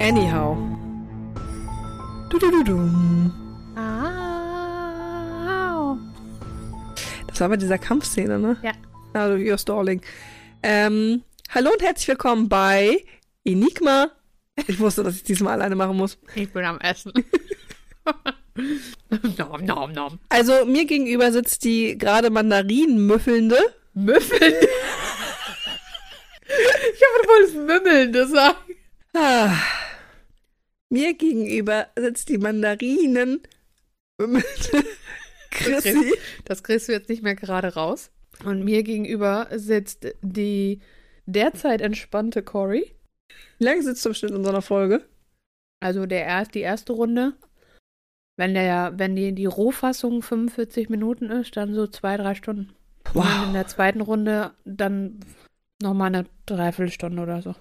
Anyhow. Du, du, du, du. Au. Das war bei dieser Kampfszene, ne? Ja. Also, you're stalling. Ähm, hallo und herzlich willkommen bei Enigma. Ich wusste, dass ich diesmal alleine machen muss. Ich bin am Essen. nom, nom, nom. Also, mir gegenüber sitzt die gerade Mandarinenmüffelnde. Müffeln. ich habe wohl das Mümmelnde sagen. Ah. Mir gegenüber sitzt die Mandarinen. Chrissy. Das kriegst du jetzt nicht mehr gerade raus. Und mir gegenüber sitzt die derzeit entspannte Cory. Wie lange sitzt du im Schnitt in so einer Folge? Also der erst, die erste Runde. Wenn der, wenn die, die Rohfassung 45 Minuten ist, dann so zwei, drei Stunden. Und in der zweiten Runde dann nochmal eine Dreiviertelstunde oder so.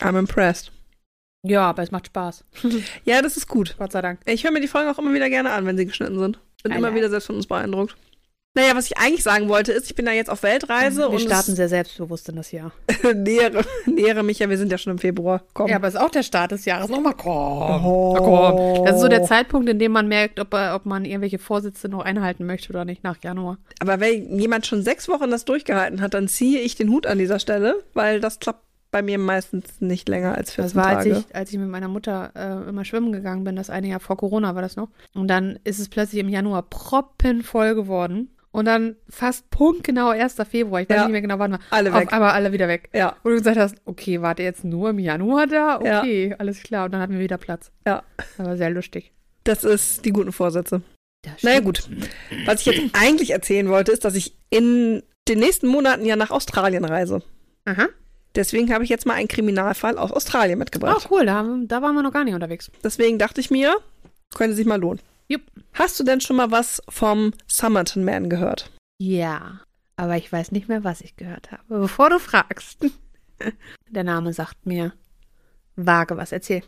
I'm impressed. Ja, aber es macht Spaß. Ja, das ist gut. Gott sei Dank. Ich höre mir die Folgen auch immer wieder gerne an, wenn sie geschnitten sind. Bin Alter. immer wieder selbst von uns beeindruckt. Naja, was ich eigentlich sagen wollte, ist, ich bin da jetzt auf Weltreise Wir und starten sehr selbstbewusst in das Jahr. es nähere, nähere mich ja, wir sind ja schon im Februar. Komm. Ja, aber ist auch der Start des Jahres. Nochmal komm. Oh. Na komm. Das ist so der Zeitpunkt, in dem man merkt, ob, er- ob man irgendwelche Vorsätze noch einhalten möchte oder nicht nach Januar. Aber wenn jemand schon sechs Wochen das durchgehalten hat, dann ziehe ich den Hut an dieser Stelle, weil das klappt bei mir meistens nicht länger als 14 Das war, als Tage. ich, als ich mit meiner Mutter äh, immer schwimmen gegangen bin, das eine Jahr vor Corona war das noch. Und dann ist es plötzlich im Januar proppenvoll geworden. Und dann fast punktgenau 1. Februar, ich weiß Ja. nicht mehr genau wann war, Alle auf weg. einmal alle wieder weg. Ja, Wo du gesagt hast, okay, warte jetzt nur im Januar da? Ja. Okay, alles klar. Und dann hatten wir wieder Platz. ja. Das war sehr lustig. Das ist die guten Vorsätze. Das Naja, gut. Was ich jetzt eigentlich erzählen wollte, ist, dass ich in den nächsten Monaten ja nach Australien reise. Aha. Deswegen habe ich jetzt mal einen Kriminalfall aus Australien mitgebracht. Ach, Oh, cool, da, haben- da waren wir noch gar nicht unterwegs. Deswegen dachte ich mir, könnte sich mal lohnen. Jupp. Hast du denn schon mal was vom Summerton Man gehört? Ja, aber ich weiß nicht mehr, was ich gehört habe. Bevor du fragst. Der Name sagt mir vage was. Erzähl.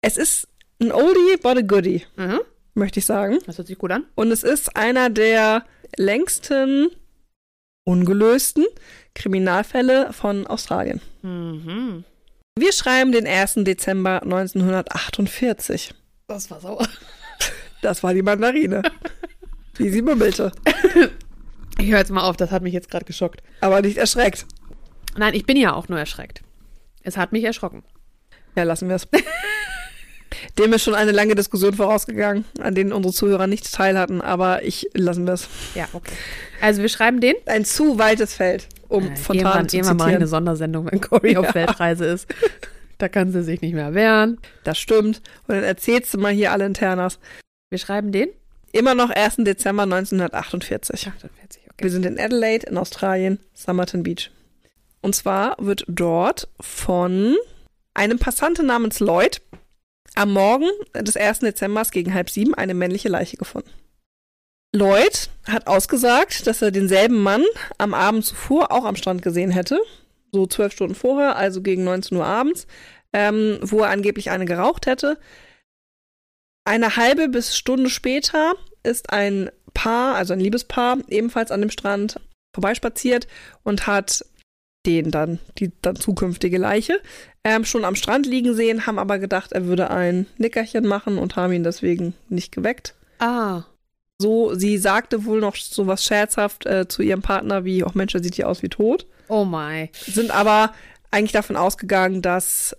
Es ist ein Oldie but a Goodie, Mhm. möchte ich sagen. Das hört sich gut an. Und es ist einer der längsten ungelösten Kriminalfälle von Australien. Mhm. Wir schreiben den 1. Dezember 1948. Das war sauer. Das war die Mandarine, die sie bimmelte, Ich höre jetzt mal auf, das hat mich jetzt gerade geschockt. aber nicht erschreckt. Nein, ich bin ja auch nur erschreckt. Es hat mich erschrocken. Ja, lassen wir es. Dem ist schon eine lange Diskussion vorausgegangen, an denen unsere Zuhörer nicht teilhatten, aber ich lassen wir es. Ja, okay. Also wir schreiben den. Ein zu weites Feld, um Äh, Fontaine irgendwann, zu irgendwann mache ich eine zitieren. Sondersendung, wenn Cory Ja. auf Weltreise ist. Da kann sie sich nicht mehr wehren. Das stimmt. Und dann erzählst du mal hier alle Internas. Wir schreiben den. Immer noch 1. Dezember 1948. 48, okay. Wir sind in Adelaide in Australien, Somerton Beach. Und zwar wird dort von einem Passanten namens Lloyd am Morgen des 1. Dezembers gegen halb sieben eine männliche Leiche gefunden. Lloyd hat ausgesagt, dass er denselben Mann am Abend zuvor auch am Strand gesehen hätte, so zwölf Stunden vorher, also gegen 19 Uhr abends, ähm, wo er angeblich eine geraucht hätte. Eine halbe bis Stunde später ist ein Paar, also ein Liebespaar, ebenfalls an dem Strand vorbeispaziert und hat den dann, die dann zukünftige Leiche, ähm, schon am Strand liegen sehen, haben aber gedacht, er würde ein Nickerchen machen und haben ihn deswegen nicht geweckt. Ah, So, sie sagte wohl noch sowas scherzhaft äh, zu ihrem Partner wie, auch Mensch, er sieht hier aus wie tot. oh my. Sind aber eigentlich davon ausgegangen, dass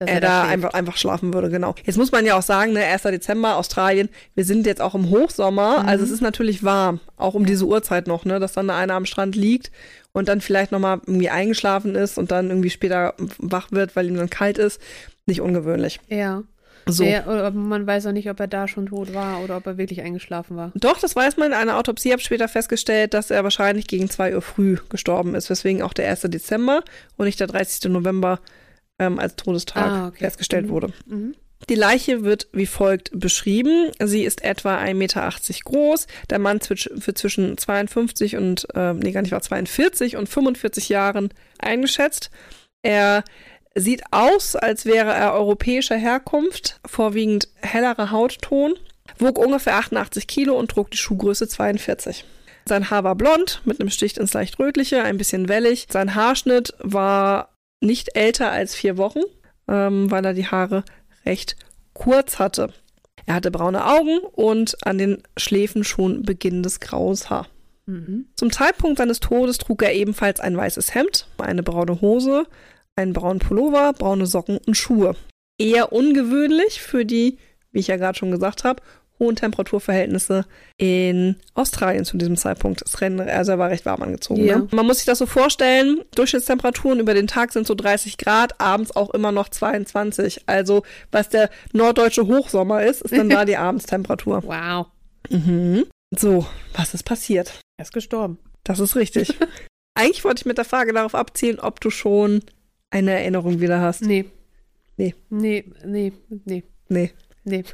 Dass er da schläft. einfach, einfach schlafen würde, genau. Jetzt muss man ja auch sagen, ne, 1. Dezember, Australien, wir sind jetzt auch im Hochsommer, Mhm. also es ist natürlich warm, auch um diese Uhrzeit noch, ne, dass dann da einer am Strand liegt und dann vielleicht nochmal irgendwie eingeschlafen ist und dann irgendwie später wach wird, weil ihm dann kalt ist. Nicht ungewöhnlich. Ja. So. Ja, oder man weiß auch nicht, ob er da schon tot war oder ob er wirklich eingeschlafen war. Doch, das weiß man. Eine Autopsie hat später festgestellt, dass er wahrscheinlich gegen 2 Uhr früh gestorben ist, weswegen auch der 1. Dezember und nicht der 30. November ähm, als Todestag Ah, okay. festgestellt Mhm. wurde. Mhm. Die Leiche wird wie folgt beschrieben. Sie ist etwa 1,80 Meter groß. Der Mann zwitsch- wird zwischen 52 und, äh, nee, gar nicht wahr, 42 und 45 Jahren eingeschätzt. Er sieht aus, als wäre er europäischer Herkunft, vorwiegend hellerer Hautton, wog ungefähr 88 Kilo und trug die Schuhgröße 42. Sein Haar war blond, mit einem Stich ins leicht rötliche, ein bisschen wellig. Sein Haarschnitt war nicht älter als vier Wochen. ähm, weil er die Haare recht kurz hatte. Er hatte braune Augen und an den Schläfen schon beginnendes graues Haar. Mhm. Zum Zeitpunkt seines Todes trug er ebenfalls ein weißes Hemd, eine braune Hose, einen braunen Pullover, braune Socken und Schuhe. Eher ungewöhnlich für die, wie ich ja gerade schon gesagt habe, hohen Temperaturverhältnisse in Australien zu diesem Zeitpunkt. Das Rennen, also er war recht warm angezogen. Ja. Ne? Man muss sich das so vorstellen, Durchschnittstemperaturen über den Tag sind so 30 Grad, abends auch immer noch 22. Also was der norddeutsche Hochsommer ist, ist dann da die Abendstemperatur. Wow. Mhm. So, was ist passiert? Er ist gestorben. Das ist richtig. Eigentlich wollte ich mit der Frage darauf abzielen, ob du schon eine Erinnerung wieder hast. Nee. Nee. Nee, nee, nee, Nee. nee.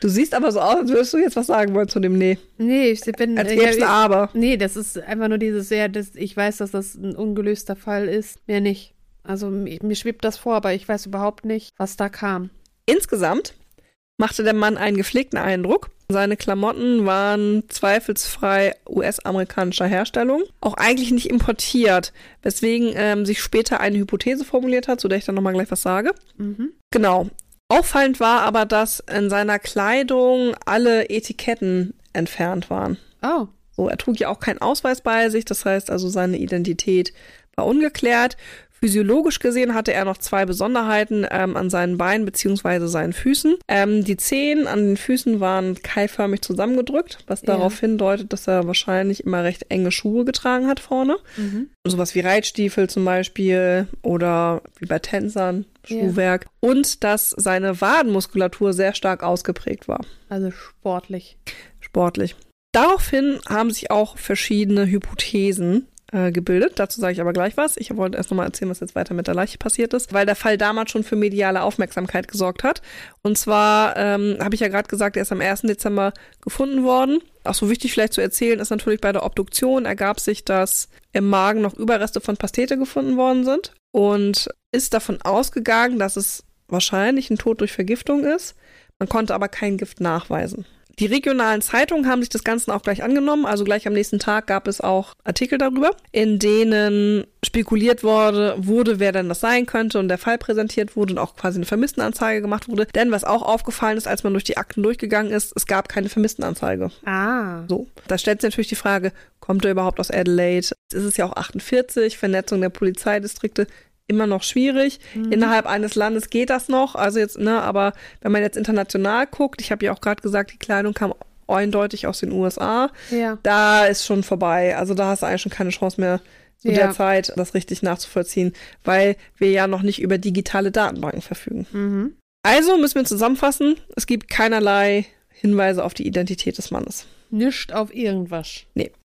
Du siehst aber so aus, als würdest du jetzt was sagen wollen zu dem Nee. Nee, ich bin. äh, Als ich- gäbe es ein Aber. Nee, das ist einfach nur dieses sehr, das, ich weiß, dass das ein ungelöster Fall ist. Mehr nicht. Also mi- mir schwebt das vor, aber ich weiß überhaupt nicht, was da kam. Insgesamt machte der Mann einen gepflegten Eindruck. Seine Klamotten waren zweifelsfrei US-amerikanischer Herstellung, auch eigentlich nicht importiert, weswegen ähm, sich später eine Hypothese formuliert hat, zu der ich dann nochmal gleich was sage. Mhm. Genau. Auffallend war aber, dass in seiner Kleidung alle Etiketten entfernt waren. Oh, So, er trug ja auch keinen Ausweis bei sich, das heißt also seine Identität war ungeklärt. Physiologisch gesehen hatte er noch zwei Besonderheiten ähm, an seinen Beinen bzw. seinen Füßen. Ähm, die Zehen an den Füßen waren keilförmig zusammengedrückt, was Ja. darauf hindeutet, dass er wahrscheinlich immer recht enge Schuhe getragen hat vorne. mhm. Sowas wie Reitstiefel zum Beispiel oder wie bei Tänzern, Ja. Schuhwerk. Und dass seine Wadenmuskulatur sehr stark ausgeprägt war also sportlich. sportlich. Daraufhin haben sich auch verschiedene Hypothesen äh, gebildet. Dazu sage ich aber gleich was. Ich wollte erst nochmal erzählen, was jetzt weiter mit der Leiche passiert ist, weil der Fall damals schon für mediale Aufmerksamkeit gesorgt hat. Und zwar ähm, habe ich ja gerade gesagt, er ist am 1. Dezember gefunden worden. Auch so wichtig vielleicht zu erzählen ist natürlich bei der Obduktion ergab sich, dass im Magen noch Überreste von Pastete gefunden worden sind und ist davon ausgegangen, dass es wahrscheinlich ein Tod durch Vergiftung ist. Man konnte aber kein Gift nachweisen. Die regionalen Zeitungen haben sich des Ganzen auch gleich angenommen. Also gleich am nächsten Tag gab es auch Artikel darüber, in denen spekuliert wurde, wurde, wer denn das sein könnte und der Fall präsentiert wurde und auch quasi eine Vermisstenanzeige gemacht wurde. Denn was auch aufgefallen ist, als man durch die Akten durchgegangen ist, es gab keine Vermisstenanzeige. Ah. So, da stellt sich natürlich die Frage, kommt er überhaupt aus Adelaide? Es ist ja auch 48, Vernetzung der Polizeidistrikte immer noch schwierig. Mhm. Genau. Innerhalb eines Landes geht das noch, also jetzt, ne, aber wenn man jetzt international guckt, ich habe ja auch gerade gesagt, die Kleidung kam eindeutig aus den USA, Ja. da ist schon vorbei. Also da hast du eigentlich schon keine Chance mehr zu Ja. der Zeit, das richtig nachzuvollziehen, weil wir ja noch nicht über digitale Datenbanken verfügen. Mhm. Also müssen wir zusammenfassen, es gibt keinerlei Hinweise auf die Identität des Mannes. Nicht auf irgendwas.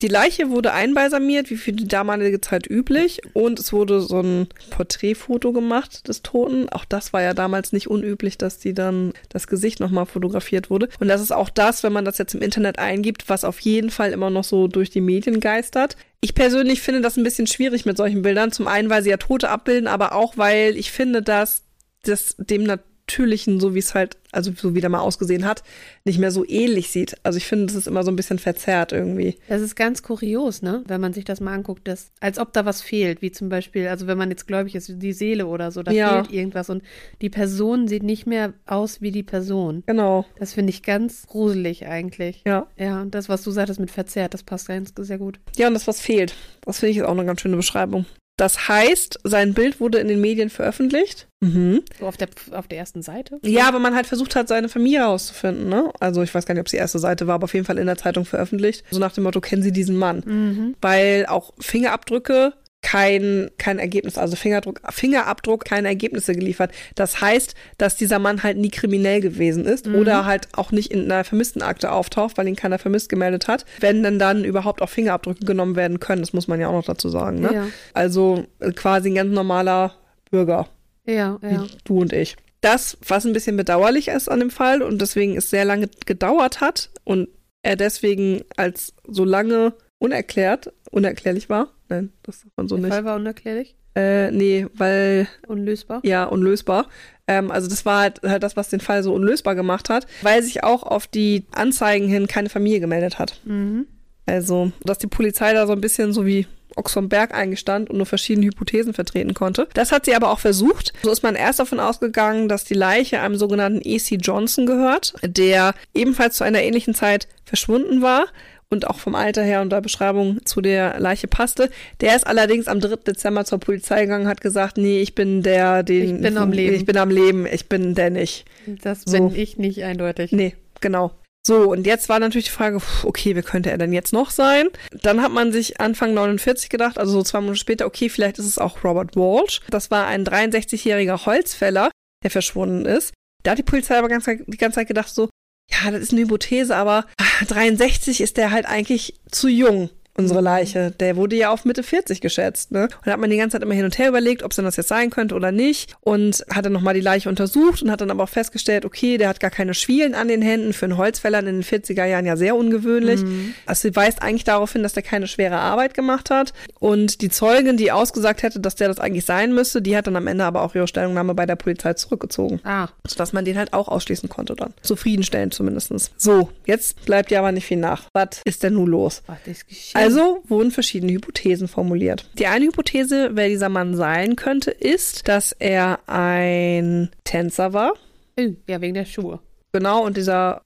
Die Leiche wurde einbalsamiert, wie für die damalige Zeit üblich, und es wurde so ein Porträtfoto gemacht des Toten. Auch das war ja damals nicht unüblich, dass die dann das Gesicht nochmal fotografiert wurde. Und das ist auch das, wenn man das jetzt im Internet eingibt, was auf jeden Fall immer noch so durch die Medien geistert. Ich persönlich finde das ein bisschen schwierig mit solchen Bildern. Zum einen, weil sie ja Tote abbilden, aber auch, weil ich finde, dass das dem Natürlichen, so wie es halt, also so wie der mal ausgesehen hat, nicht mehr so ähnlich sieht. Also ich finde, das ist immer so ein bisschen verzerrt irgendwie. Das ist ganz kurios, ne? Wenn man sich das mal anguckt, dass, als ob da was fehlt, wie zum Beispiel, also wenn man jetzt gläubig ist, die Seele oder so, da Ja. fehlt irgendwas und die Person sieht nicht mehr aus wie die Person. Genau, Das finde ich ganz gruselig eigentlich. ja. Ja, und das, was du sagtest mit verzerrt, das passt ganz sehr gut. Ja, und das, was fehlt. Das finde ich jetzt auch eine ganz schöne Beschreibung. Das heißt, sein Bild wurde in den Medien veröffentlicht. Mhm. So auf der, auf der ersten Seite? Ja, aber man halt versucht hat, seine Familie herauszufinden, ne? Also ich weiß gar nicht, ob es die erste Seite war, aber auf jeden Fall in der Zeitung veröffentlicht. So nach dem Motto, kennen Sie diesen Mann? Mhm. Weil auch Fingerabdrücke kein, kein Ergebnis, also Fingerdruck, Fingerabdruck keine Ergebnisse geliefert. Das heißt, dass dieser Mann halt nie kriminell gewesen ist oder halt auch nicht in einer Vermisstenakte auftaucht, weil ihn keiner vermisst gemeldet hat, wenn denn dann überhaupt auch Fingerabdrücke genommen werden können. Das muss man ja auch noch dazu sagen. Ne? Ja, Also äh, quasi ein ganz normaler Bürger ja, ja. wie du und ich. Das, was ein bisschen bedauerlich ist an dem Fall und deswegen es sehr lange gedauert hat und er deswegen als so lange unerklärt, unerklärlich war. Nein, das sagt man so der nicht. Fall war unerklärlich, Äh, nee, weil, unlösbar. ja, unlösbar. Ähm, also das war halt, halt das, was den Fall so unlösbar gemacht hat, weil sich auch auf die Anzeigen hin keine Familie gemeldet hat. Mhm. Also, dass die Polizei da so ein bisschen so wie Oxfam Berg eingestand und nur verschiedene Hypothesen vertreten konnte. Das hat sie aber auch versucht. So ist man erst davon ausgegangen, dass die Leiche einem sogenannten E.C. Johnson gehört, der ebenfalls zu einer ähnlichen Zeit verschwunden war und auch vom Alter her und der Beschreibung zu der Leiche passte. Der ist allerdings am 3. Dezember zur Polizei gegangen, hat gesagt, nee, ich bin der, den Ich bin am Leben. ich bin am Leben, ich bin der nicht. Das So. bin ich nicht eindeutig. Nee, genau. So, und jetzt war natürlich die Frage, pf, okay, wer könnte er denn jetzt noch sein? Dann hat man sich Anfang 49 gedacht, also so zwei Monate später, okay, vielleicht ist es auch Robert Walsh. Das war ein 63-jähriger Holzfäller, der verschwunden ist. Da hat die Polizei aber ganz, die ganze Zeit gedacht so, ja, das ist eine Hypothese, aber ah, 63 ist der halt eigentlich zu jung, unsere Leiche. Der wurde ja auf Mitte 40 geschätzt, ne? Und da hat man die ganze Zeit immer hin und her überlegt, ob es denn das jetzt sein könnte oder nicht. Und hat dann nochmal die Leiche untersucht und hat dann aber auch festgestellt, okay, der hat gar keine Schwielen an den Händen. Für einen Holzfäller in den 40er Jahren ja sehr ungewöhnlich. Also sie weist eigentlich darauf hin, dass der keine schwere Arbeit gemacht hat. Und die Zeugin, die ausgesagt hätte, dass der das eigentlich sein müsste, die hat dann am Ende aber auch ihre Stellungnahme bei der Polizei zurückgezogen Ah, sodass man den halt auch ausschließen konnte dann. Zufriedenstellend zumindestens. So, jetzt bleibt ja aber nicht viel nach. Was ist denn nun los? was ist geschehen? Also wurden verschiedene Hypothesen formuliert. Die eine Hypothese, wer dieser Mann sein könnte, ist, dass er ein Tänzer war. Äh, ja, wegen der Schuhe. Genau, und dieser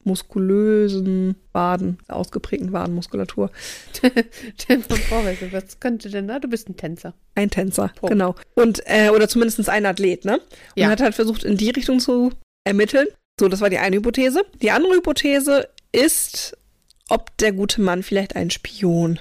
muskulösen Waden, dieser ausgeprägten Wadenmuskulatur. Stell dir mal vor, weißt du, was könnte denn da? Du bist ein Tänzer. Ein Tänzer, Punkt. genau. Und, äh, oder zumindest ein Athlet, ne? Und Ja. hat halt versucht, in die Richtung zu ermitteln. So, das war die eine Hypothese. Die andere Hypothese ist, ob der gute Mann vielleicht ein Spion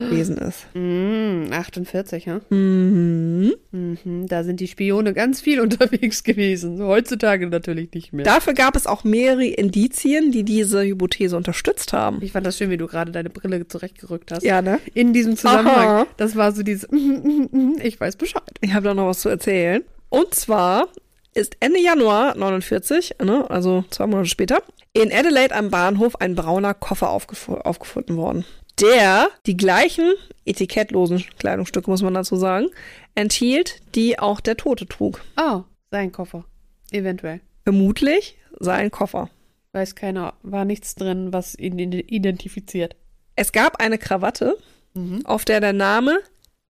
gewesen ist. Mm, 48, ja? Mhm. Mhm, da sind die Spione ganz viel unterwegs gewesen. Heutzutage natürlich nicht mehr. Dafür gab es auch mehrere Indizien, die diese Hypothese unterstützt haben. Ich fand das schön, wie du gerade deine Brille zurechtgerückt hast. Ja, ne? In diesem Zusammenhang. Aha. Das war so dieses, mm, mm, mm, mm, ich weiß Bescheid. Ich habe da noch was zu erzählen. Und zwar ist Ende Januar 49, ne, also zwei Monate später, in Adelaide am Bahnhof ein brauner Koffer aufgef aufgefunden worden, der die gleichen etikettlosen Kleidungsstücke, muss man dazu sagen, enthielt, die auch der Tote trug. Ah, sein Koffer. Eventuell. Vermutlich sein Koffer. Weiß keiner, war nichts drin, was ihn ide- identifiziert. Es gab eine Krawatte, Mhm. auf der der Name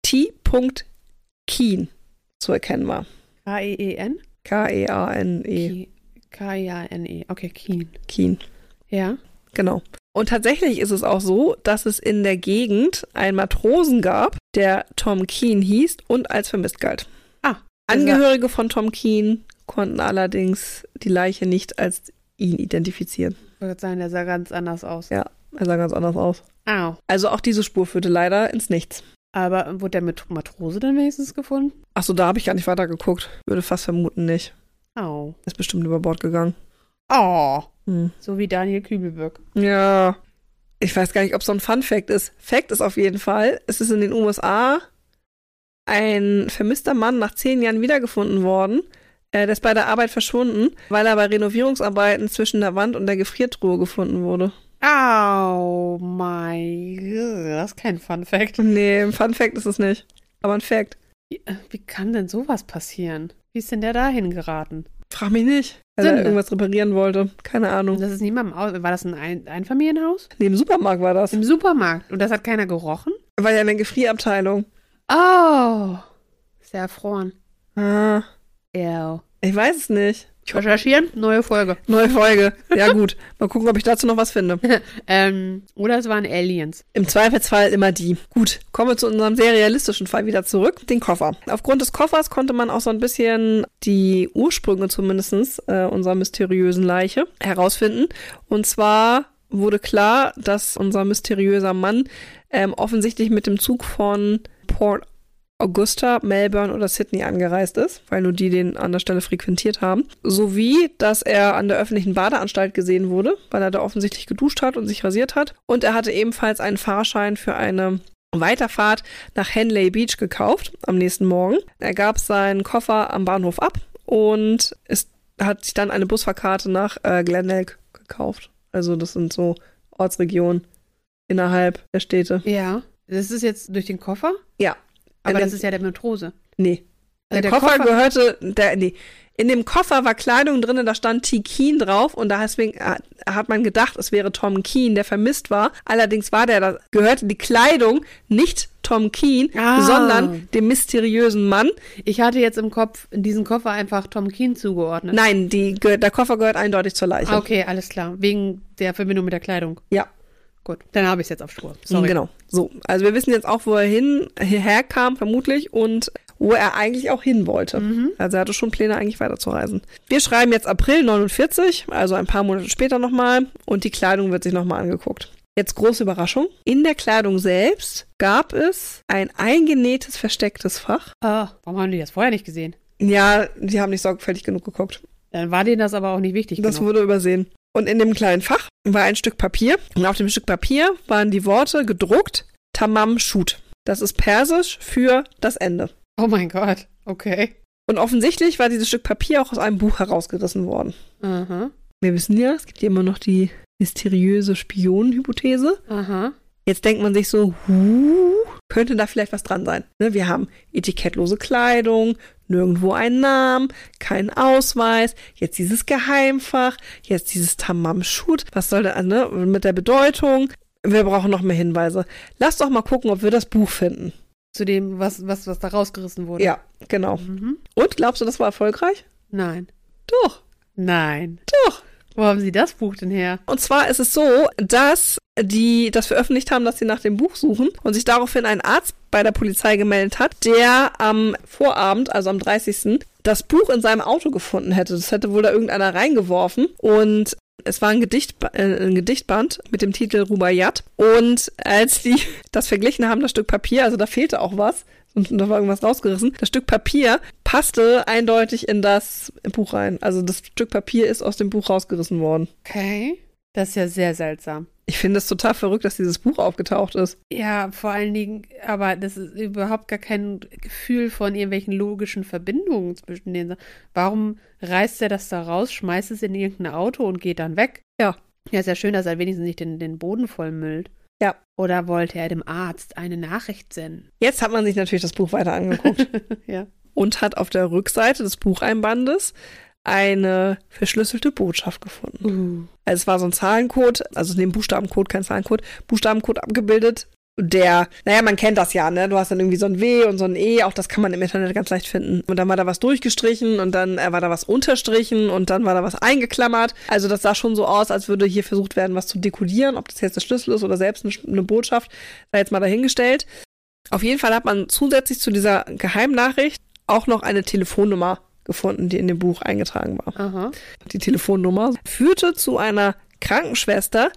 T. Keen zu erkennen war. K-E-E-N? E K-E-A-N-E, E Ki- E K-E-A-N-E. Okay, Keen. Keen. Ja. Genau. Und tatsächlich ist es auch so, dass es in der Gegend einen Matrosen gab, der Tom Keen hieß und als vermisst galt. Ah, also- Angehörige von Tom Keen konnten allerdings die Leiche nicht als ihn identifizieren. Ich wollte sagen, der sah ganz anders aus. Ja. Er sah ganz anders aus. Au. Also auch diese Spur führte leider ins Nichts. Aber wurde der mit Matrose dann wenigstens gefunden? Achso, da habe ich gar nicht weitergeguckt. Würde fast vermuten nicht. Au. Ist bestimmt über Bord gegangen. Oh. Hm. So wie Daniel Kübelböck. Ja. Ich weiß gar nicht, ob es so ein Fun-Fact ist. Fact ist auf jeden Fall, es ist in den USA ein vermisster Mann nach zehn Jahren wiedergefunden worden. Äh, der ist bei der Arbeit verschwunden, weil er bei Renovierungsarbeiten zwischen der Wand und der Gefriertruhe gefunden wurde. Au, mein. Hm. Das ist kein Fun Fact. Nee, ein Fun-Fact ist es nicht. Aber ein Fact. Wie, äh, wie kann denn sowas passieren? Wie ist denn der dahin geraten? Frag mich nicht. Weil er Sünde. irgendwas reparieren wollte. Keine Und Ahnung. das ist niemandem aus. War das ein, ein Einfamilienhaus? Neben Supermarkt war das. Im Supermarkt. Und das hat keiner gerochen? War ja in der Gefrierabteilung. Oh. Ist ja erfroren. Ah, Ew. ich weiß es nicht. Recherchieren? Neue Folge. Neue Folge. Ja, gut. Mal gucken, ob ich dazu noch was finde. Ähm, oder es waren Aliens. Im Zweifelsfall immer die. Gut, kommen wir zu unserem sehr realistischen Fall wieder zurück, den Koffer. Aufgrund des Koffers konnte man auch so ein bisschen die Ursprünge zumindest äh, unserer mysteriösen Leiche herausfinden. Und zwar wurde klar, dass unser mysteriöser Mann ähm, offensichtlich mit dem Zug von Port Augusta, Melbourne oder Sydney angereist ist, weil nur die den an der Stelle frequentiert haben, sowie dass er an der öffentlichen Badeanstalt gesehen wurde, weil er da offensichtlich geduscht hat und sich rasiert hat. Und er hatte ebenfalls einen Fahrschein für eine Weiterfahrt nach Henley Beach gekauft am nächsten Morgen. Er gab seinen Koffer am Bahnhof ab und ist, hat sich dann eine Busfahrkarte nach äh, Glenelg gekauft. Also das sind so Ortsregionen innerhalb der Städte. Ja. Also Das ist jetzt durch den Koffer? Ja. Aber Wenn das der- ist ja der Matrose. Nee. Äh, Der, Koffer, gehörte, der, nee, In dem Koffer war Kleidung drin, da stand T. Keen drauf und deswegen äh, hat man gedacht, es wäre Tom Keen, der vermisst war. Allerdings war der, da gehörte die Kleidung nicht Tom Keen, Ah. sondern dem mysteriösen Mann. Ich hatte jetzt im Kopf in diesen Koffer einfach Tom Keen zugeordnet. Nein, die, gehört- der Koffer gehört eindeutig zur Leiche. Ah, okay, alles klar. Wegen der Verbindung mit der Kleidung. Ja, Gut, dann habe ich es jetzt auf Spur. Sorry. genau. So, also wir wissen jetzt auch, wo er hin, herkam vermutlich und wo er eigentlich auch hin wollte. Also er hatte schon Pläne, eigentlich weiterzureisen. Wir schreiben jetzt April 49, also ein paar Monate später nochmal und die Kleidung wird sich nochmal angeguckt. Jetzt große Überraschung. In der Kleidung selbst gab es ein eingenähtes, verstecktes Fach. Ah, warum haben die das vorher nicht gesehen? Ja, die haben nicht sorgfältig genug geguckt. Dann war denen das aber auch nicht wichtig Das genug. wurde übersehen. Und in dem kleinen Fach war ein Stück Papier. Und auf dem Stück Papier waren die Worte gedruckt: Tamam Shut. Das ist persisch für das Ende. Oh mein Gott, okay. Und offensichtlich war dieses Stück Papier auch aus einem Buch herausgerissen worden. Aha, Wir wissen ja, es gibt ja immer noch die mysteriöse Spionenhypothese. aha. Jetzt denkt man sich so, huh, könnte da vielleicht was dran sein. Ne, wir haben etikettlose Kleidung, nirgendwo einen Namen, keinen Ausweis, jetzt dieses Geheimfach, jetzt dieses Tamam-Shoot. Was soll da ne, mit der Bedeutung? Wir brauchen noch mehr Hinweise. Lass doch mal gucken, ob wir das Buch finden. Zu dem, was, was, was da rausgerissen wurde. Ja, genau. Mhm. Und glaubst du, das war erfolgreich? Nein, Doch, nein. doch. Wo haben sie das Buch denn her? Und zwar ist es so, dass die das veröffentlicht haben, dass sie nach dem Buch suchen und sich daraufhin ein Arzt bei der Polizei gemeldet hat, der am Vorabend, also am 30., das Buch in seinem Auto gefunden hätte. Das hätte wohl da irgendeiner reingeworfen und es war ein, Gedicht, äh, ein Gedichtband mit dem Titel Rubaiyat. Und als die das verglichen haben, das Stück Papier, also da fehlte auch was und da war irgendwas rausgerissen, das Stück Papier passte eindeutig in das Buch rein. Also das Stück Papier ist aus dem Buch rausgerissen worden. Okay. Das ist ja sehr seltsam. Ich finde es total verrückt, dass dieses Buch aufgetaucht ist. Ja, vor allen Dingen, aber das ist überhaupt gar kein Gefühl von irgendwelchen logischen Verbindungen zwischen den Sachen. Warum reißt er das da raus, schmeißt es in irgendein Auto und geht dann weg? Ja. Ja, ist ja schön, dass er wenigstens nicht den, den Boden vollmüllt. Ja. Oder wollte er dem Arzt eine Nachricht senden? Jetzt hat man sich natürlich das Buch weiter angeguckt ja. und hat auf der Rückseite des Bucheinbandes eine verschlüsselte Botschaft gefunden. Uh. Also es war so ein Zahlencode, also neben Buchstabencode, kein Zahlencode, Buchstabencode abgebildet, der, naja, man kennt das ja, ne? Du hast dann irgendwie so ein W und so ein E, auch das kann man im Internet ganz leicht finden. Und dann war da was durchgestrichen und dann äh, war da was unterstrichen und dann war da was eingeklammert. Also das sah schon so aus, als würde hier versucht werden, was zu dekodieren, ob das jetzt der Schlüssel ist oder selbst eine, Sch- eine Botschaft, sei jetzt mal dahingestellt. Auf jeden Fall hat man zusätzlich zu dieser Geheimnachricht auch noch eine Telefonnummer gefunden, die in dem Buch eingetragen war Aha. die Telefonnummer, führte zu einer Krankenschwester,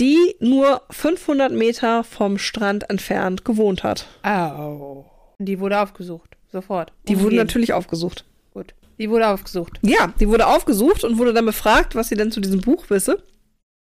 die nur 500 Meter vom Strand entfernt gewohnt hat. Au. Die wurde aufgesucht. Sofort. Die wurde Umgehend. natürlich aufgesucht. Gut. Die wurde aufgesucht. Ja, die wurde aufgesucht und wurde dann befragt, was sie denn zu diesem Buch wisse.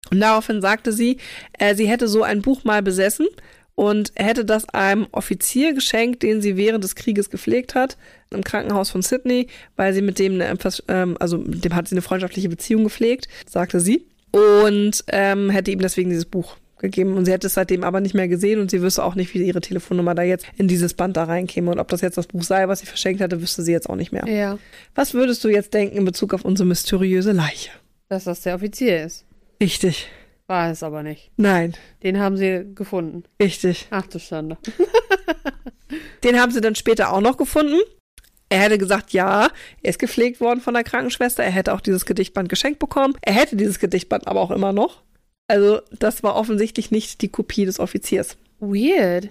Und daraufhin sagte sie, äh, sie hätte so ein Buch mal besessen und hätte das einem Offizier geschenkt, den sie während des Krieges gepflegt hat, im Krankenhaus von Sydney, weil sie mit dem, eine, etwas, ähm, also mit dem hat sie eine freundschaftliche Beziehung gepflegt, sagte sie. Und ähm, hätte ihm deswegen dieses Buch gegeben. Und sie hätte es seitdem aber nicht mehr gesehen und sie wüsste auch nicht, wie ihre Telefonnummer da jetzt in dieses Band da reinkäme. Und ob das jetzt das Buch sei, was sie verschenkt hatte, wüsste sie jetzt auch nicht mehr. Ja. Was würdest du jetzt denken in Bezug auf unsere mysteriöse Leiche? Dass das der Offizier ist. Richtig. War es aber nicht. Nein, Den haben sie gefunden. richtig. Ach du Schande. Den haben sie dann später auch noch gefunden. Er hätte gesagt, ja, er ist gepflegt worden von der Krankenschwester. Er hätte auch dieses Gedichtband geschenkt bekommen. Er hätte dieses Gedichtband aber auch immer noch. Also, das war offensichtlich nicht die Kopie des Offiziers. Weird.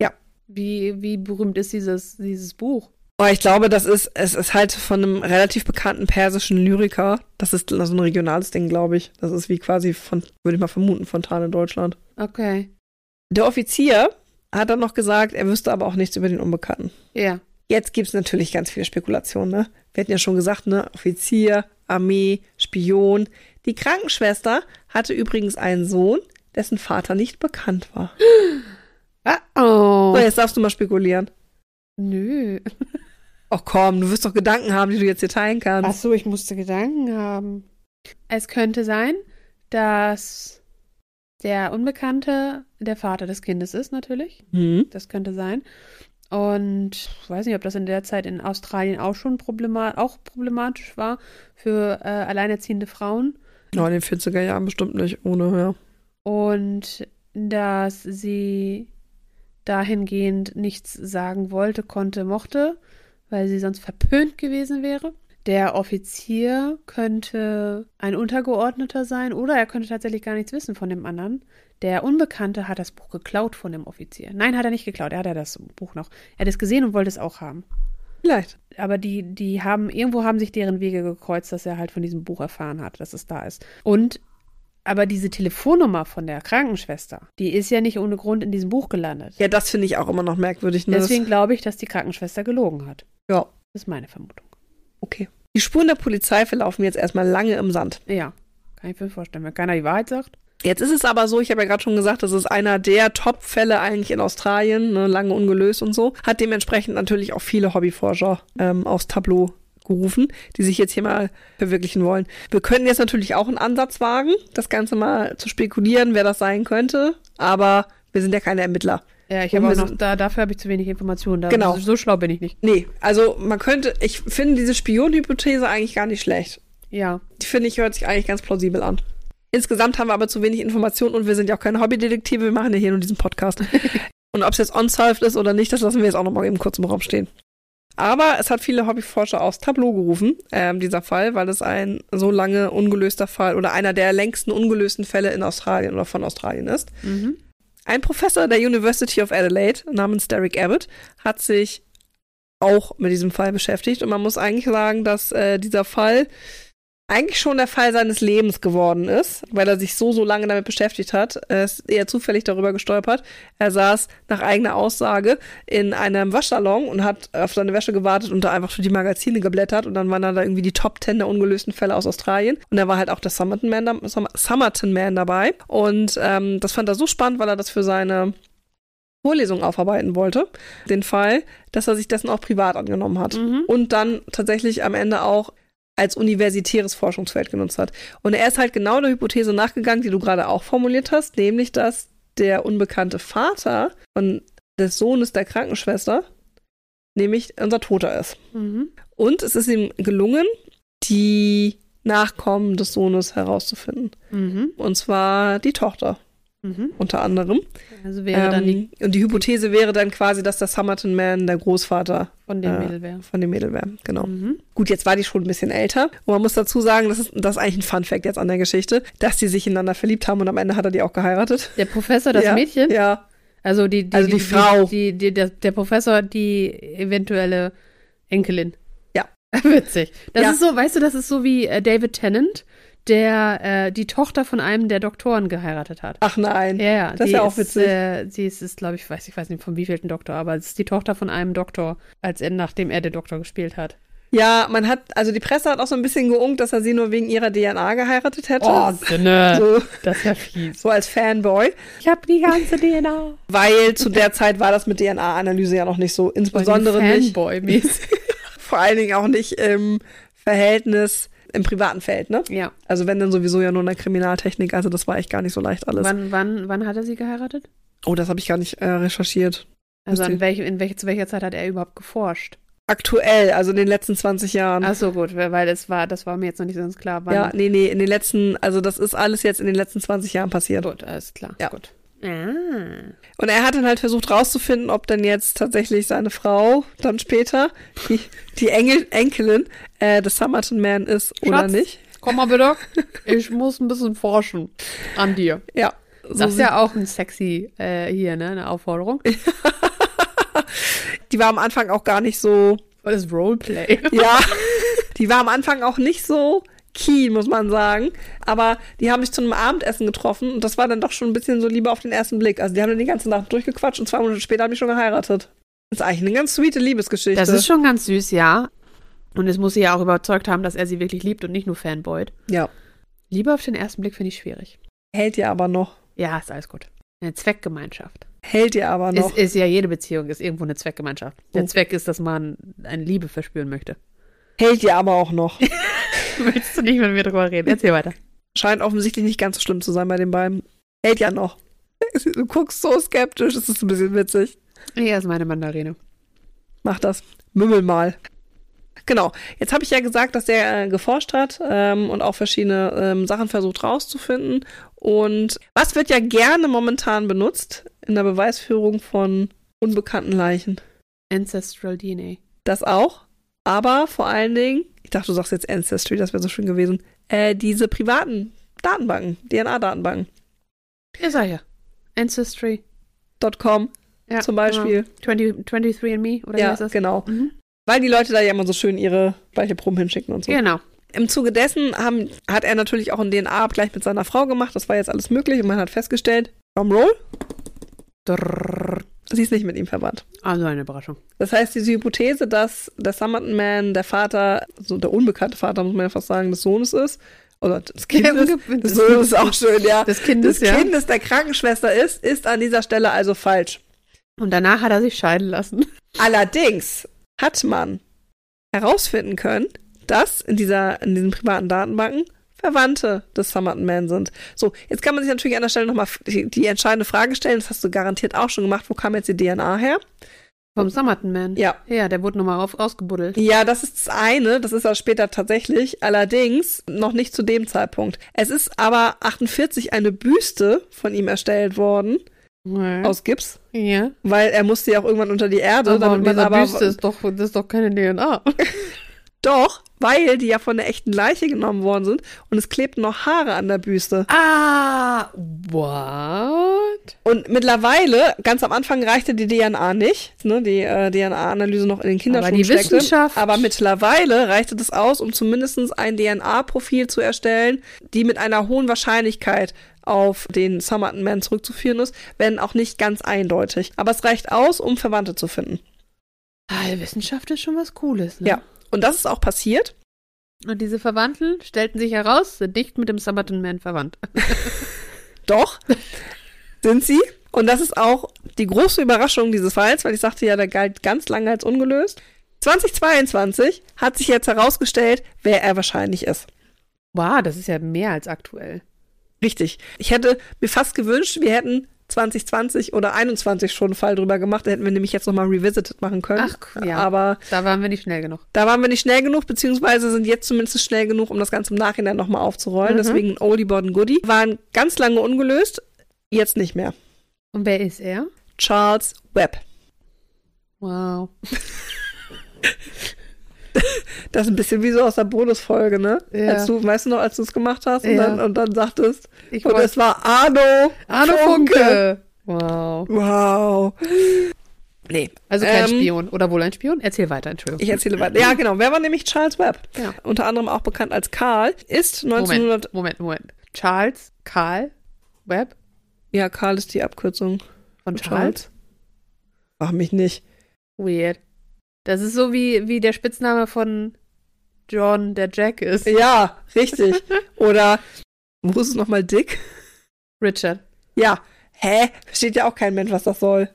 Ja. Wie, wie berühmt ist dieses, dieses Buch? Aber ich glaube, das ist, es ist halt von einem relativ bekannten persischen Lyriker. Das ist so ein regionales Ding, glaube ich. Das ist wie quasi von, würde ich mal vermuten, Fontane in Deutschland. Okay. Der Offizier hat dann noch gesagt, er wüsste aber auch nichts über den Unbekannten. Ja. Jetzt gibt's natürlich ganz viele Spekulationen. Ne? Wir hatten ja schon gesagt, ne? Offizier, Armee, Spion. Die Krankenschwester hatte übrigens einen Sohn, dessen Vater nicht bekannt war. Ah, oh. So, jetzt darfst du mal spekulieren. Nö. Ach komm, du wirst doch Gedanken haben, die du jetzt hier teilen kannst. Ach so, ich musste Gedanken haben. Es könnte sein, dass der Unbekannte der Vater des Kindes ist, natürlich. Hm? Das könnte sein. Und ich weiß nicht, ob das in der Zeit in Australien auch schon problema auch problematisch war für äh, alleinerziehende Frauen. Ja, in den 40er Jahren bestimmt nicht, ohne, ja. Und dass sie dahingehend nichts sagen wollte, konnte, mochte, weil sie sonst verpönt gewesen wäre. Der Offizier könnte ein Untergeordneter sein oder er könnte tatsächlich gar nichts wissen von dem anderen. Der Unbekannte hat das Buch geklaut von dem Offizier. Nein, hat er nicht geklaut. Er hatte das Buch noch. Er hat es gesehen und wollte es auch haben. Vielleicht. Aber die, die haben, irgendwo haben sich deren Wege gekreuzt, dass er halt von diesem Buch erfahren hat, dass es da ist. Und, aber diese Telefonnummer von der Krankenschwester, die ist ja nicht ohne Grund in diesem Buch gelandet. Ja, das finde ich auch immer noch merkwürdig. Ne? Deswegen glaube ich, dass die Krankenschwester gelogen hat. Ja, Das ist meine Vermutung. okay. Die Spuren der Polizei verlaufen jetzt erstmal lange im Sand. Ja, kann ich mir vorstellen. Wenn keiner die Wahrheit sagt. Jetzt ist es aber so, ich habe ja gerade schon gesagt, das ist einer der Top-Fälle eigentlich in Australien, ne, lange ungelöst und so. Hat dementsprechend natürlich auch viele Hobbyforscher ähm, aufs Tableau gerufen, die sich jetzt hier mal verwirklichen wollen. Wir können jetzt natürlich auch einen Ansatz wagen, das Ganze mal zu spekulieren, wer das sein könnte, aber wir sind ja keine Ermittler. Ja, ich Und habe wir auch noch, sind- da, dafür habe ich zu wenig Informationen. Da, Genau. So schlau bin ich nicht. Nee, also man könnte, ich finde diese Spionhypothese eigentlich gar nicht schlecht. Ja, Die finde ich hört sich eigentlich ganz plausibel an. Insgesamt haben wir aber zu wenig Informationen und wir sind ja auch keine Hobbydetektive, wir machen ja hier nur diesen Podcast. und ob es jetzt unsolved ist oder nicht, das lassen wir jetzt auch nochmal eben kurz im Raum stehen. Aber es hat viele Hobbyforscher aufs Tableau gerufen, ähm, dieser Fall, weil es ein so lange ungelöster Fall oder einer der längsten ungelösten Fälle in Australien oder von Australien ist. mhm. Ein Professor der University of Adelaide namens Derek Abbott hat sich auch mit diesem Fall beschäftigt und man muss eigentlich sagen, dass äh, dieser Fall eigentlich schon der Fall seines Lebens geworden ist, weil er sich so, so lange damit beschäftigt hat. Er ist eher zufällig darüber gestolpert. Er saß nach eigener Aussage in einem Waschsalon und hat auf seine Wäsche gewartet und da einfach für die Magazine geblättert und dann waren da irgendwie die Top 10 der ungelösten Fälle aus Australien und da war halt auch der Summerton Man, da, Sum- Summerton Man dabei und ähm, das fand er so spannend, weil er das für seine Vorlesung aufarbeiten wollte, den Fall, dass er sich dessen auch privat angenommen hat Mhm. und dann tatsächlich am Ende auch als universitäres Forschungsfeld genutzt hat. Und er ist halt genau der Hypothese nachgegangen, die du gerade auch formuliert hast, nämlich dass der unbekannte Vater von des Sohnes der Krankenschwester, nämlich unser Toter ist. Mhm. Und es ist ihm gelungen, die Nachkommen des Sohnes herauszufinden. Mhm. Und zwar die Tochter Mhm. unter anderem. Also wäre dann die, Ähm, und die Hypothese wäre dann quasi, dass der Summerton Man der Großvater von dem äh, Mädel wäre. von dem Mädel wäre. Genau. Mhm. Gut, jetzt war die schon ein bisschen älter. Und man muss dazu sagen, das ist, das ist eigentlich ein Fun-Fact jetzt an der Geschichte, dass die sich ineinander verliebt haben und am Ende hat er die auch geheiratet. Der Professor, das ja, Mädchen? Ja, Also die, die, Also die Frau. Die, die, der, der Professor, die eventuelle Enkelin. Ja. Witzig. Das Ja. ist so, weißt du, das ist so wie äh, David Tennant, der äh, die Tochter von einem der Doktoren geheiratet hat. ach nein. Ja, ja. Das ist die ja auch witzig. Äh, sie ist, ist glaube ich, weiß, ich weiß nicht von wievielten Doktor, aber es ist die Tochter von einem Doktor, als er, nachdem er den Doktor gespielt hat. Ja, man hat, also die Presse hat auch so ein bisschen geunkt, dass er sie nur wegen ihrer DNA geheiratet hätte. Oh, Sinne. so, Das ist ja fies. so als Fanboy. Ich habe die ganze DNA. Weil zu der Zeit war das mit DNA-Analyse ja noch nicht so, insbesondere nicht, Fanboy-mäßig. vor allen Dingen auch nicht im Verhältnis im privaten Feld, ne? ja. Also wenn dann sowieso ja nur in der Kriminaltechnik, also das war echt gar nicht so leicht alles. Wann, wann, wann hat er sie geheiratet? Oh, das habe ich gar nicht äh, recherchiert. Also Wisst an ihr? welche, in welche, zu welcher Zeit hat er überhaupt geforscht? Aktuell, also in den letzten 20 Jahren. Ach so, gut, weil weil es war, das war mir jetzt noch nicht so ganz klar. Also Wann. ja, nee, nee, in den letzten, also das ist alles jetzt in den letzten 20 Jahren passiert. gut, alles klar. Ja. Gut. Ah. Und er hat dann halt versucht rauszufinden, ob denn jetzt tatsächlich seine Frau dann später, die, die Engel, Enkelin äh, des Summerton Man ist oder Schatz. nicht. Komm mal bitte. Ich muss ein bisschen forschen an dir. Ja, das ist sieht- ja auch ein sexy äh, hier, ne? Eine Aufforderung. Die war am Anfang auch gar nicht so, Das ist Roleplay. ja, die war am Anfang auch nicht so keen, muss man sagen. Aber die haben sich zu einem Abendessen getroffen und das war dann doch schon ein bisschen so lieber auf den ersten Blick. Also die haben dann die ganze Nacht durchgequatscht und zwei Monate später haben die schon geheiratet. Das ist eigentlich eine ganz sweete Liebesgeschichte. Das ist schon ganz süß, ja. Und es muss sie ja auch überzeugt haben, dass er sie wirklich liebt und nicht nur fanboyt. ja. Liebe auf den ersten Blick finde ich schwierig. Hält ihr aber noch. Ja, ist alles gut. Eine Zweckgemeinschaft. Hält ihr aber noch. Ist, ist ja jede Beziehung, ist irgendwo eine Zweckgemeinschaft. Der Oh. Zweck ist, dass man eine Liebe verspüren möchte. Hält ihr aber auch noch. Willst du nicht mit mir drüber reden? Erzähl weiter. Scheint offensichtlich nicht ganz so schlimm zu sein bei den beiden. Hält ja noch. Du guckst so skeptisch, es ist ein bisschen witzig. Ja, ist meine Mandarine. Mach das. Mümmel mal. Genau. Jetzt habe ich ja gesagt, dass er äh, geforscht hat ähm, und auch verschiedene ähm, Sachen versucht rauszufinden. Und was wird ja gerne momentan benutzt in der Beweisführung von unbekannten Leichen? Ancestral DNA. Das auch. Aber vor allen Dingen, ich dachte, du sagst jetzt Ancestry, das wäre so schön gewesen. Äh, diese privaten Datenbanken, DNA-Datenbanken. Ist er ja. Ancestry. .com Ja, zum Beispiel. Genau. 20, 23andMe oder wie Ja, heißt das? genau. Mhm. Weil die Leute da ja immer so schön ihre Speichelproben hinschicken und so. Genau. Im Zuge dessen haben, hat er natürlich auch einen DNA-Abgleich mit seiner Frau gemacht. Das war jetzt alles möglich und man hat festgestellt, Drumroll, Drrrr. sie ist nicht mit ihm verwandt. Also eine Überraschung. Das heißt, diese Hypothese, dass der Summerton Man der Vater, also der unbekannte Vater, muss man ja fast sagen, des Sohnes ist, oder des Kindes, des Sohnes ist auch schön, ja, Des Kindes, des ja. Kindes der Krankenschwester ist, ist an dieser Stelle also falsch. Und danach hat er sich scheiden lassen. Allerdings hat man herausfinden können, dass in, dieser, in diesen privaten Datenbanken Verwandte des Summerton Man sind. So, jetzt kann man sich natürlich an der Stelle nochmal die, die entscheidende Frage stellen, das hast du garantiert auch schon gemacht, wo kam jetzt die DNA her? Vom Summerton Man. Ja, Ja, der wurde nochmal auf, ausgebuddelt. Ja, das ist das eine, das ist das später tatsächlich, allerdings noch nicht zu dem Zeitpunkt. Es ist aber 48 eine Büste von ihm erstellt worden Mhm. aus Gips, Ja. weil er musste ja auch irgendwann unter die Erde, Also Aber damit man aber Büste ist doch, das ist doch keine DNA. doch, weil die ja von der echten Leiche genommen worden sind und es klebten noch Haare an der Büste. Ah, what? Und mittlerweile, ganz am Anfang reichte die DNA nicht, ne, die äh, DNA-Analyse noch in den Kinderschuhen Aber die steckte. Wissenschaft- Aber mittlerweile reichte das aus, um zumindest ein DNA-Profil zu erstellen, die mit einer hohen Wahrscheinlichkeit auf den Summerton Man zurückzuführen ist, wenn auch nicht ganz eindeutig. Aber es reicht aus, um Verwandte zu finden. Ah, die Wissenschaft ist schon was Cooles, ne? Ja. Und das ist auch passiert. Und diese Verwandten stellten sich heraus, sind nicht mit dem Summerton Man verwandt. Doch, sind sie. Und das ist auch die große Überraschung dieses Falls, weil ich sagte ja, der galt ganz lange als ungelöst. 2022 hat sich jetzt herausgestellt, wer er wahrscheinlich ist. Wow, das ist ja mehr als aktuell. Richtig. Ich hätte mir fast gewünscht, wir hätten 2020 oder 21 schon einen Fall drüber gemacht. Da hätten wir nämlich jetzt nochmal revisited machen können. Ach, ja. Aber Da waren wir nicht schnell genug. da waren wir nicht schnell genug, beziehungsweise sind jetzt zumindest schnell genug, um das Ganze im Nachhinein nochmal aufzurollen. Mhm. Deswegen Oldie, Bod und Goodie. Waren ganz lange ungelöst, jetzt nicht mehr. Und wer ist er? Charles Webb. Wow. Das ist ein bisschen wie so aus der Bonusfolge, ne? Ja. Als du, weißt du noch, als du es gemacht hast und, Ja. dann, und dann sagtest, Ich und wollte es war Arno. Arno Funke. Wow. Wow. Nee. Also kein Ähm, Spion. Oder wohl ein Spion? Erzähl weiter, Entschuldigung. Ich erzähle weiter. Ja, genau. Wer war nämlich Charles Webb? Ja. Unter anderem auch bekannt als Karl. Ist 1900. Moment, Moment, Moment. Charles, Karl, Webb Ja, Karl ist die Abkürzung. von Charles. Mach mich nicht. Weird. Das ist so wie, wie der Spitzname von John, der Jack ist. Ja, richtig. Oder, wo ist es nochmal dick? Richard. Ja. Hä? Versteht ja auch kein Mensch, was das soll.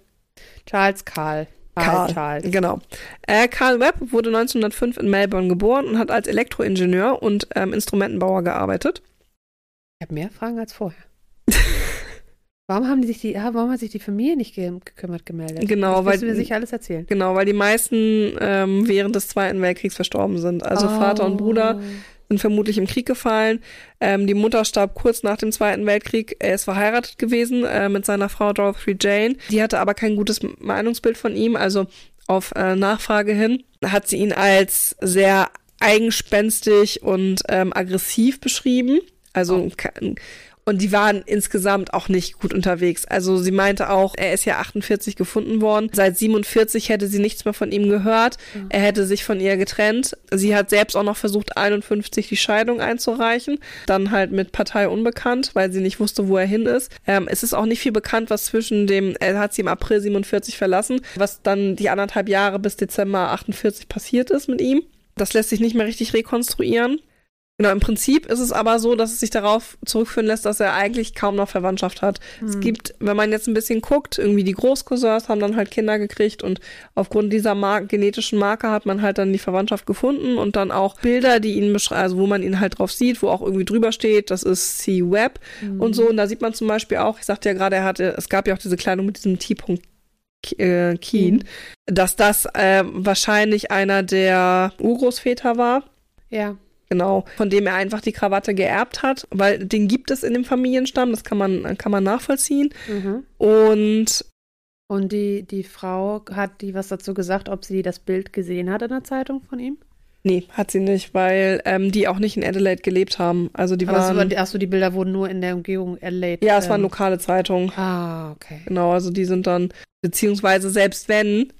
Charles, Karl. Karl. Charles. Genau. Äh, Karl Webb wurde 1905 in Melbourne geboren und hat als Elektroingenieur und ähm, Instrumentenbauer gearbeitet. Ich habe mehr Fragen als vorher. Warum haben die sich die, ah, warum hat sich die Familie nicht ge gekümmert gemeldet? Genau, das weil- müssen wir sicher alles erzählen. Genau, weil die meisten ähm, während des Zweiten Weltkriegs verstorben sind. Also Vater und Bruder Mhm. sind vermutlich im Krieg gefallen. Ähm, die Mutter starb kurz nach dem Zweiten Weltkrieg. Er ist verheiratet gewesen äh, mit seiner Frau Dorothy Jane. Die hatte aber kein gutes Meinungsbild von ihm. Also auf äh, Nachfrage hin hat sie ihn als sehr eigenspenstig und ähm, aggressiv beschrieben. Also ke- und die waren insgesamt auch nicht gut unterwegs. Also sie meinte auch, er ist ja 48 gefunden worden. Seit 47 hätte sie nichts mehr von ihm gehört. Er hätte sich von ihr getrennt. Sie hat selbst auch noch versucht, 51 die Scheidung einzureichen. Dann halt mit Partei unbekannt, weil sie nicht wusste, wo er hin ist. Ähm, es ist auch nicht viel bekannt, was zwischen dem, er hat sie im April 47 verlassen, was dann die anderthalb Jahre bis Dezember 48 passiert ist mit ihm. Das lässt sich nicht mehr richtig rekonstruieren. Genau, im Prinzip ist es aber so, dass es sich darauf zurückführen lässt, dass er eigentlich kaum noch Verwandtschaft hat. Es gibt, wenn man jetzt ein bisschen guckt, irgendwie die Großcousins haben dann halt Kinder gekriegt und aufgrund dieser Mar genetischen Marke hat man halt dann die Verwandtschaft gefunden und dann auch Bilder, die ihn beschreiben, also wo man ihn halt drauf sieht, wo auch irgendwie drüber steht, das ist Mhm. C-Web und so. Und da sieht man zum Beispiel auch, ich sagte ja gerade, er hatte, es gab ja auch diese Kleidung mit diesem T-Punkt K- äh, Keen, dass das äh, wahrscheinlich einer der Urgroßväter war. Ja. Genau, von dem er einfach die Krawatte geerbt hat, weil den gibt es in dem Familienstamm, das kann man, kann man nachvollziehen. Mhm. Und Und die, die Frau, hat die was dazu gesagt, ob sie das Bild gesehen hat in der Zeitung von ihm? nee, hat sie nicht, weil ähm, die auch nicht in Adelaide gelebt haben. Also die Aber es waren. war, achso, die Bilder wurden nur in der Umgebung Adelaide. ja, es waren ähm, lokale Zeitungen. Ah, okay. Genau, also die sind dann, beziehungsweise selbst wenn,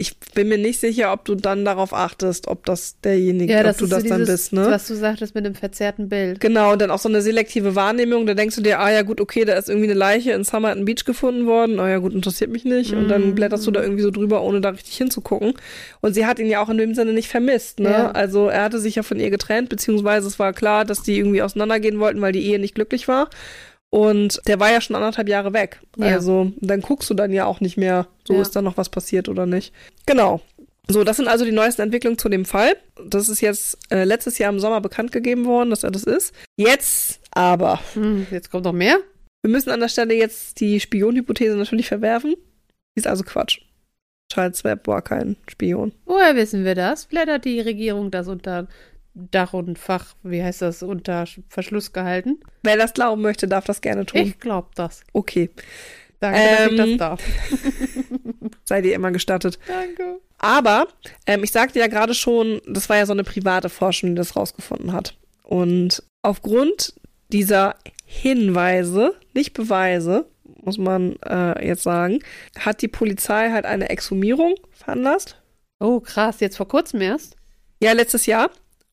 ich bin mir nicht sicher, ob du dann darauf achtest, ob das derjenige, ob du ist das so dann dieses, bist, ne? was du sagtest mit dem verzerrten Bild. Genau, und dann auch so eine selektive Wahrnehmung. Da denkst du dir, ah ja gut, okay, da ist irgendwie eine Leiche in Somerton Beach gefunden worden. Ah ja gut, interessiert mich nicht. Und dann Mm. blätterst du da irgendwie so drüber, ohne da richtig hinzugucken. Und sie hat ihn ja auch in dem Sinne nicht vermisst. Ne? Ja. Also er hatte sich ja von ihr getrennt, beziehungsweise es war klar, dass die irgendwie auseinandergehen wollten, weil die Ehe nicht glücklich war. Und der war ja schon anderthalb Jahre weg. Ja. Also dann guckst du dann ja auch nicht mehr, so Ja. ist da noch was passiert oder nicht. Genau. So, das sind also die neuesten Entwicklungen zu dem Fall. Das ist jetzt äh, letztes Jahr im Sommer bekannt gegeben worden, dass er das ist. Jetzt aber. Hm, jetzt kommt noch mehr? Wir müssen an der Stelle jetzt die Spionhypothese natürlich verwerfen. Die ist also Quatsch. Charles Webb war kein Spion. Woher wissen wir das? Blättert die Regierung das unter Dach und Fach, wie heißt das, unter Sch- Verschluss gehalten? Wer das glauben möchte, darf das gerne tun. Ich glaub das. Okay, Danke, dass Ähm. ich das darf. sei dir immer gestattet. Danke. Aber ähm, ich sagte ja gerade schon, das war ja so eine private Forschung, die das rausgefunden hat. Und aufgrund dieser Hinweise, nicht Beweise, muss man äh, jetzt sagen, hat die Polizei halt eine Exhumierung veranlasst. Oh, krass, jetzt vor kurzem erst? Ja, letztes Jahr.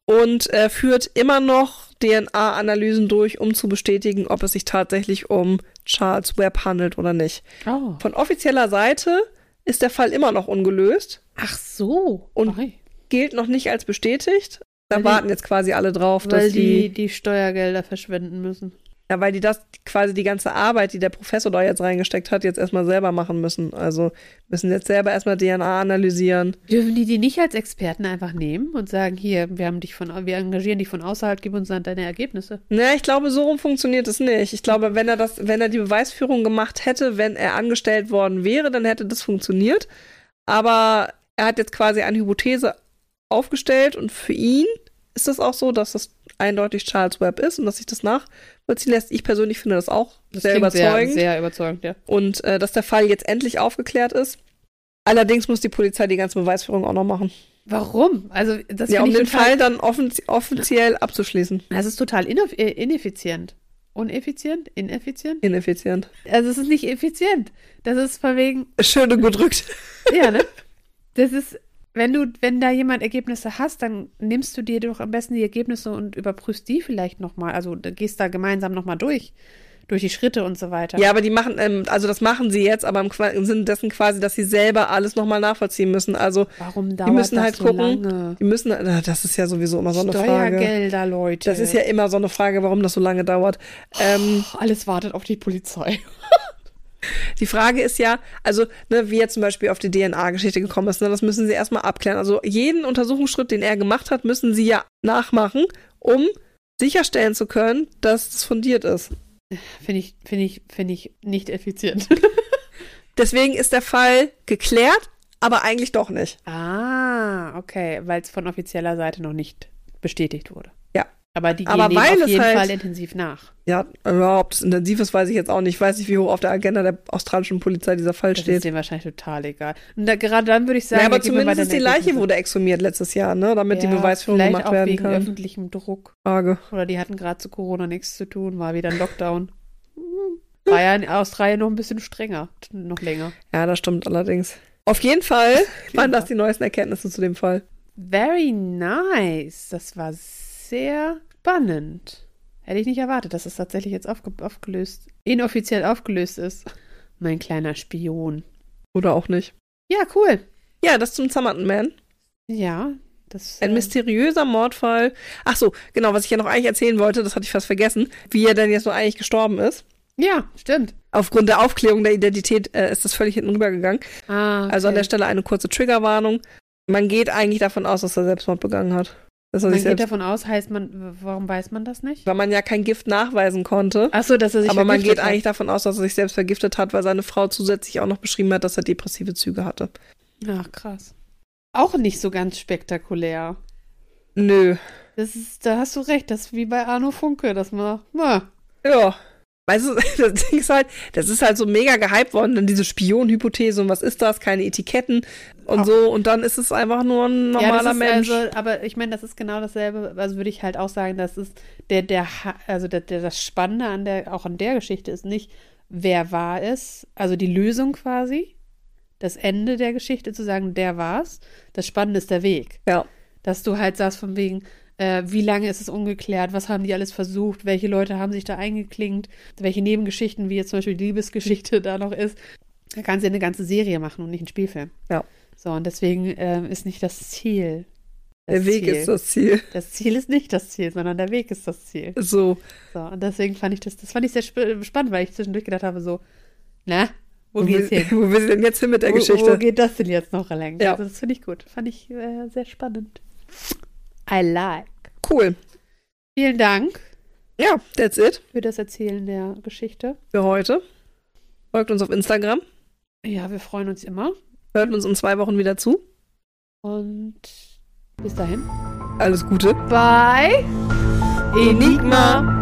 Und äh, führt immer noch DNA-Analysen durch, um zu bestätigen, ob es sich tatsächlich um Charles Webb handelt oder nicht. Oh. Von offizieller Seite ist der Fall immer noch ungelöst. Ach so. Und- Oi. gilt noch nicht als bestätigt. Da Weil die- warten jetzt quasi alle drauf, weil dass die, die, die Steuergelder verschwenden müssen. ja, weil die das quasi die ganze Arbeit, die der Professor da jetzt reingesteckt hat, jetzt erstmal selber machen müssen. Also müssen jetzt selber erstmal DNA analysieren. Dürfen die die nicht als Experten einfach nehmen und sagen, hier, wir haben dich von, wir engagieren dich von außerhalb, gib uns dann deine Ergebnisse. Na, ich glaube, so rum funktioniert es nicht. Ich glaube, wenn er das, wenn er die Beweisführung gemacht hätte, wenn er angestellt worden wäre, dann hätte das funktioniert. Aber er hat jetzt quasi eine Hypothese aufgestellt und für ihn ist das auch so, dass das eindeutig Charles Webb ist und dass sich das nachvollziehen lässt. Ich persönlich finde das auch sehr klingt überzeugend. Sehr, sehr überzeugend, ja. und äh, dass der Fall jetzt endlich aufgeklärt ist. Allerdings muss die Polizei die ganze Beweisführung auch noch machen. Warum? Also, das ja, finde um ich den total, Fall dann offiz offiziell abzuschließen. Das ist total ineff- äh, ineffizient. Uneffizient? Ineffizient? Ineffizient. Also, es ist nicht effizient. Das ist von wegen, Schön und gedrückt. ja, ne? Das ist, wenn du, wenn da jemand Ergebnisse hast, dann nimmst du dir doch am besten die Ergebnisse und überprüfst die vielleicht nochmal. Also, da gehst da gemeinsam nochmal durch. Durch die Schritte und so weiter. Ja, aber die machen, ähm, also das machen sie jetzt, aber im, Qua- im Sinne dessen quasi, dass sie selber alles nochmal nachvollziehen müssen. Also Warum dauert die müssen das halt so gucken. lange? Die müssen, na, das ist ja sowieso immer so eine Frage. Steuergelder, Leute. Das ist ja immer so eine Frage, warum das so lange dauert. Ähm, alles wartet auf die Polizei. Die Frage ist ja, also ne, wie er zum Beispiel auf die DNA-Geschichte gekommen ist, ne, das müssen sie erstmal abklären. Also jeden Untersuchungsschritt, den er gemacht hat, müssen sie ja nachmachen, um sicherstellen zu können, dass es fundiert ist. Finde ich, finde ich, finde ich nicht effizient. Deswegen ist der Fall geklärt, aber eigentlich doch nicht. ah, okay, weil es von offizieller Seite noch nicht bestätigt wurde. Ja. Aber die gehen Aber dem weil auf es jeden halt- Fall intensiv nach. Ja, überhaupt das intensiv ist, weiß ich jetzt auch nicht. Ich weiß nicht, wie hoch auf der Agenda der australischen Polizei dieser Fall Das ist steht. denen wahrscheinlich total egal. Und da, gerade dann würde ich sagen, Ja, aber ja, gib mir zumindest mal ist die deine Leiche Ergebnisse. wurde exhumiert letztes Jahr, ne, damit die Ja, Beweisführung vielleicht gemacht auch werden wegen kann. öffentlichem Druck. Frage. Oder die hatten gerade zu Corona nichts zu tun, war wieder ein Lockdown. Hm. War ja in Australien noch ein bisschen strenger, noch länger. Ja, das stimmt allerdings. Auf jeden Fall waren das die neuesten Erkenntnisse zu dem Fall. Very nice. Das war sehr spannend. Hätte ich nicht erwartet, dass es tatsächlich jetzt aufge aufgelöst, inoffiziell aufgelöst ist. Mein kleiner Spion. Oder auch nicht. Ja, cool. Ja, das zum Summerton Man. Ja, das. äh, Ein mysteriöser Mordfall. Ach so, genau, was ich ja noch eigentlich erzählen wollte, das hatte ich fast vergessen, wie er denn jetzt nur eigentlich gestorben ist. Ja, stimmt. Aufgrund der Aufklärung der Identität äh, ist das völlig hinten rübergegangen. Ah, Also an okay. der Stelle eine kurze Triggerwarnung. Man geht eigentlich davon aus, dass er Selbstmord begangen hat. Dass er Man sich geht selbst, davon aus, heißt man, w- warum weiß man das nicht? weil man ja kein Gift nachweisen konnte. Achso, dass er Also sich Aber man geht vergiftet hat. eigentlich davon aus, dass er sich selbst vergiftet hat, weil seine Frau zusätzlich auch noch beschrieben hat, dass er depressive Züge hatte. Ach, krass. Auch nicht so ganz spektakulär. Nö. Das ist, da hast du recht, das ist wie bei Arno Funke, dass man, na, Ja. Weißt du, das Ding ist halt, das ist halt so mega gehypt worden, dann diese Spionhypothese und was ist das, keine Etiketten und Auch- so. Und dann ist es einfach nur ein normaler ja, das ist Mensch. Also, aber ich meine, das ist genau dasselbe, also würde ich halt auch sagen, das ist der, der, Ha- also der, der, das Spannende an der, auch an der Geschichte ist nicht, wer war es, also die Lösung quasi, das Ende der Geschichte zu sagen, der war's. Das Spannende ist der Weg. ja. Dass du halt sagst von wegen, äh, wie lange ist es ungeklärt, was haben die alles versucht, welche Leute haben sich da eingeklinkt, welche Nebengeschichten, wie jetzt zum Beispiel die Liebesgeschichte da noch ist. Da kannst du ja eine ganze Serie machen und nicht einen Spielfilm. Ja. So, und deswegen ähm, ist nicht das Ziel. Der Weg Ziel. ist das Ziel. Das Ziel ist nicht das Ziel, sondern der Weg ist das Ziel. So. So, und deswegen fand ich das, das fand ich sehr sp spannend, weil ich zwischendurch gedacht habe, so, na, wo, Wo, geht's will, hin? wo will sie denn jetzt hin mit der Geschichte? Wo, wo geht das denn jetzt noch lang? Ja. Also, das finde ich gut. Fand ich äh, sehr spannend. I like. Cool. Vielen Dank Ja, that's it für das Erzählen der Geschichte. für heute. Folgt uns auf Instagram. Ja, wir freuen uns immer. Hört uns in zwei Wochen wieder zu. Und bis dahin. Alles Gute. Bye. Enigma.